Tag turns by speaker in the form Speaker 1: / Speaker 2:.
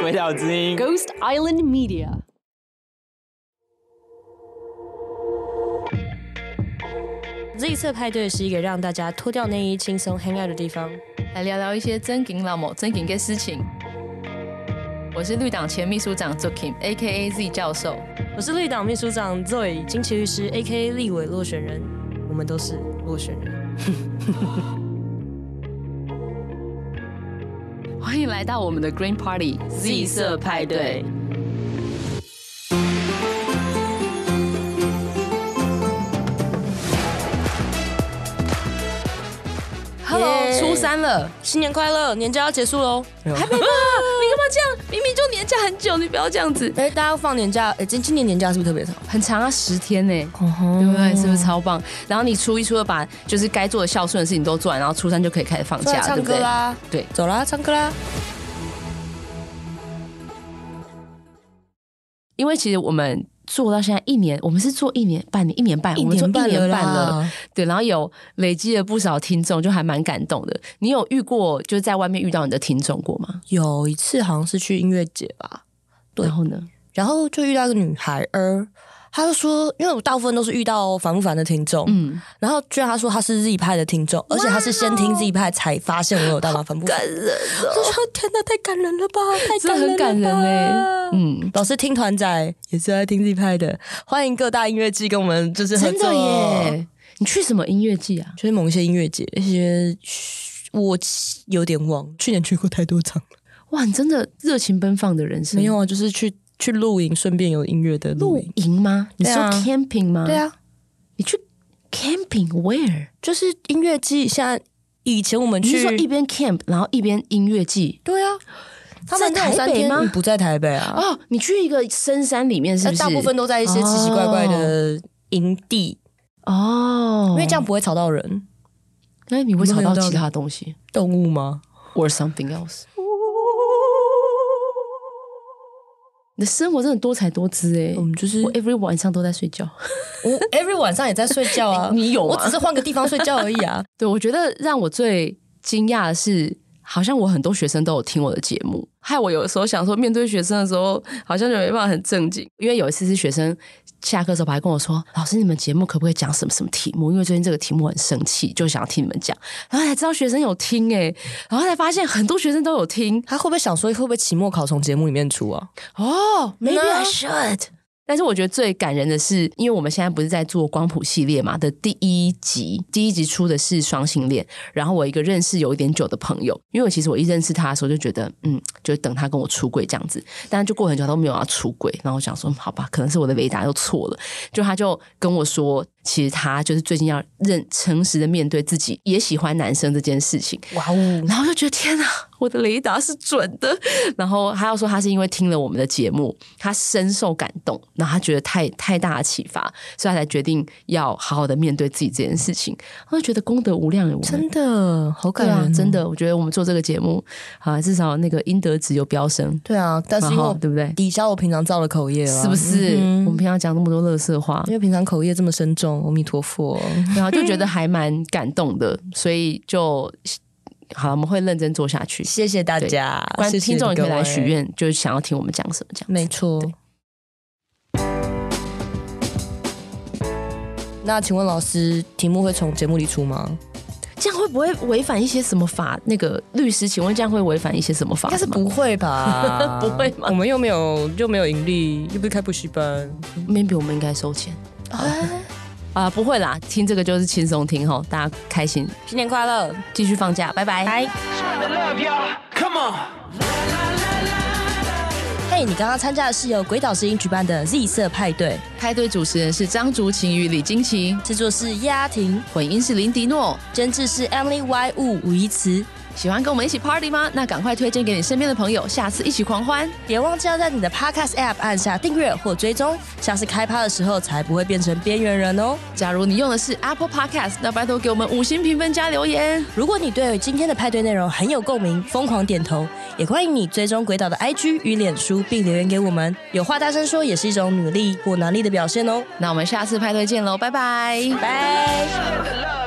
Speaker 1: 鬼岛之音
Speaker 2: Ghost Island Media。
Speaker 3: 这一次派对是一个让大家脱掉内衣、轻松 hang out 的地方。
Speaker 4: 来聊聊一些真景老某真景的事情。我是绿党前秘书长 Zukim，A.K.A. Z 教授。
Speaker 3: 我是绿党秘书长 Zoe 金奇律师，A.K.A. 立委落选人，我们都是落选人。
Speaker 4: 欢迎来到我们的 Green Party Z 色派对。Hello，
Speaker 3: 耶
Speaker 4: 初三了，
Speaker 3: 新年快乐，年假要结束喽！
Speaker 4: 还 没吧？你干嘛这样？明明就年假很久，你不要这样子。
Speaker 3: 哎、大家放年假，哎、今今年年假是不是特别 长？
Speaker 4: 很长啊，十天呢、对不对？是不是超棒？然后你初一、初二把就是该做的孝顺的事情都做完，然后初三就可以开始放
Speaker 3: 出来
Speaker 4: 假，
Speaker 3: 唱歌啊啦，
Speaker 4: 对不对？
Speaker 3: 走啦，唱歌啦！
Speaker 4: 对，因为其实我们做到现在一年，我们是做一年半年、一年半，我们做一年半了，对，然后有累积了不少听众，就还蛮感动的。你有遇过就是在外面遇到你的听众过吗？
Speaker 5: 有一次好像是去音乐节吧，对
Speaker 4: 然后呢？
Speaker 5: 然后就遇到一个女孩儿，她就说，因为我大部分都是遇到烦不烦的听众，
Speaker 4: 嗯，
Speaker 5: 然后居然她说她是 Z 派的听众，而且她是先听 Z 派才发现我有到吗？烦不烦？我就说天哪，太感人了吧，太
Speaker 4: 真的很感
Speaker 5: 感
Speaker 4: 人
Speaker 5: 人欸
Speaker 4: 嘞、
Speaker 5: 了吧。
Speaker 4: 嗯，
Speaker 5: 老师听团仔也是爱听 Z 派的，欢迎各大音乐季跟我们就是合
Speaker 4: 真
Speaker 5: 作
Speaker 4: 的耶！你去什么音乐季啊？
Speaker 5: 就是某一些音乐节，一些我有点忘了，去年去过太多场了，
Speaker 4: 哇，你真的热情奔放的人生，
Speaker 5: 没有啊，就是去去露营，顺便有音乐的露
Speaker 4: 露
Speaker 5: 营。
Speaker 4: 营吗？你
Speaker 5: 对
Speaker 4: 说
Speaker 5: 啊
Speaker 4: camping 吗？
Speaker 5: 对，啊，
Speaker 4: 你去 camping where？
Speaker 5: 就是音乐季，现在以前我们
Speaker 4: 你
Speaker 5: 去
Speaker 4: 是说一边 camp 然后一边音乐季？
Speaker 5: 对啊，他们
Speaker 4: 在
Speaker 5: 这种
Speaker 4: 台
Speaker 5: 三
Speaker 4: 北
Speaker 5: 天
Speaker 4: 吗
Speaker 5: 嗯不在台北啊，
Speaker 4: 哦，你去一个深山里面是
Speaker 5: 那
Speaker 4: 不是？
Speaker 5: 大部分都在一些奇奇怪怪的营地，
Speaker 4: 哦，
Speaker 5: 因为这样不会吵到人、
Speaker 4: 哎，你会吵到
Speaker 5: 有没有
Speaker 4: 其他东西
Speaker 5: 动物吗？
Speaker 4: ，or something else。你的生活真的多才多姿哎、
Speaker 5: 我们就是
Speaker 4: 我 every 晚上都在睡觉。，
Speaker 5: 我 every 晚上也在睡觉啊
Speaker 4: 你有吗
Speaker 5: 我只是换个地方睡觉而已啊。
Speaker 4: 对，我觉得让我最惊讶的是，好像我很多学生都有听我的节目，害我有时候想说，面对学生的时候，好像就没办法很正经。因为有一次是学生下课的时候跑来跟我说：“老师，你们节目可不可以讲什么什么题目？因为最近这个题目我很生气，就想要听你们讲。”然后才知道学生有听诶、然后才发现很多学生都有听
Speaker 5: 他会不会想说，会不会期末考从节目里面出啊？
Speaker 4: 哦，maybe I
Speaker 5: 那
Speaker 4: should。但是我觉得最感人的是，因为我们现在不是在做光谱系列嘛的第一集，第一集出的是双性恋。然后我一个认识有一点久的朋友，因为我其实我一认识他的时候就觉得，嗯，就等他跟我出柜这样子，但就过很久他都没有要出柜，然后我想说，嗯好吧，可能是我的雷达又错了，就他就跟我说，其实他就是最近要认诚实的面对自己也喜欢男生这件事情，
Speaker 5: 哇哦！
Speaker 4: 然后就觉得天啊，我的雷达是准的。 然后他要说他是因为听了我们的节目，他深受感动，然后他觉得太太大的启发，所以他才决定要好好的面对自己这件事情。我就觉得功德无量耶，我们
Speaker 5: 真的啊好
Speaker 4: 对
Speaker 5: 感人、
Speaker 4: 啊，真。的，我觉得我们做这个节目啊，至少那个阴德值有飙升，
Speaker 5: 对啊，但是
Speaker 4: 然
Speaker 5: 因为
Speaker 4: 后
Speaker 5: 我
Speaker 4: 对不对？
Speaker 5: 抵消我平常造的口业了啊，
Speaker 4: 是不是？
Speaker 5: 嗯哼
Speaker 4: 我们平常讲那么多乐色话，
Speaker 5: 因为平常口业这么深重，阿弥陀佛。
Speaker 4: 然后就觉得还蛮感动的，所以就好，我们会认真做下去。
Speaker 5: 谢谢大
Speaker 4: 对
Speaker 5: 家，
Speaker 4: 观
Speaker 5: 谢谢
Speaker 4: 啊听众也可以
Speaker 5: 各
Speaker 4: 来
Speaker 5: 位
Speaker 4: 许，愿，就是想要听我们讲什么这样。
Speaker 5: 没错
Speaker 4: 对。
Speaker 5: 那请问老师，题目会从节目里出吗？
Speaker 4: 这样会不会违反一些什么法？那个律师，请问这样会违反一些什么法
Speaker 5: 应该
Speaker 4: 吗？
Speaker 5: 是不会吧？
Speaker 4: 不会吗
Speaker 5: 我们又没有又没有盈利，又不是开补习班。
Speaker 4: ，maybe 我们应该收钱
Speaker 5: 哎
Speaker 4: 啊、不会啦，听这个就是轻松听哈，大家开心，
Speaker 5: 新年快乐！
Speaker 4: 继续放假，拜拜。
Speaker 1: I love y'all. Come on.
Speaker 5: 嘿、你刚刚参加的是由鬼岛之音举办的 Z 色派对，
Speaker 4: 派对主持人是张竹晴与李金奇，
Speaker 5: 制作是叶阿婷，
Speaker 4: 混音是林迪诺。
Speaker 5: 监制是 Emily Y 五吴怡慈。
Speaker 4: 喜欢跟我们一起 party 吗？那赶快推荐给你身边的朋友，下次一起狂欢。
Speaker 5: 别忘记要在你的 Podcast App 按下订阅或追踪，下次开趴的时候才不会变成边缘人哦。
Speaker 4: 假如你用的是 Apple Podcast，那拜托给我们五星评分加留言。
Speaker 5: 如果你对今天的派对内容很有共鸣，疯狂点头，也欢迎你追踪鬼岛的 IG 与脸书，并留言给我们。有话大声说也是一种努力或能力的表现哦。
Speaker 4: 那我们下次派对见喽，拜拜。
Speaker 5: 拜。
Speaker 1: I love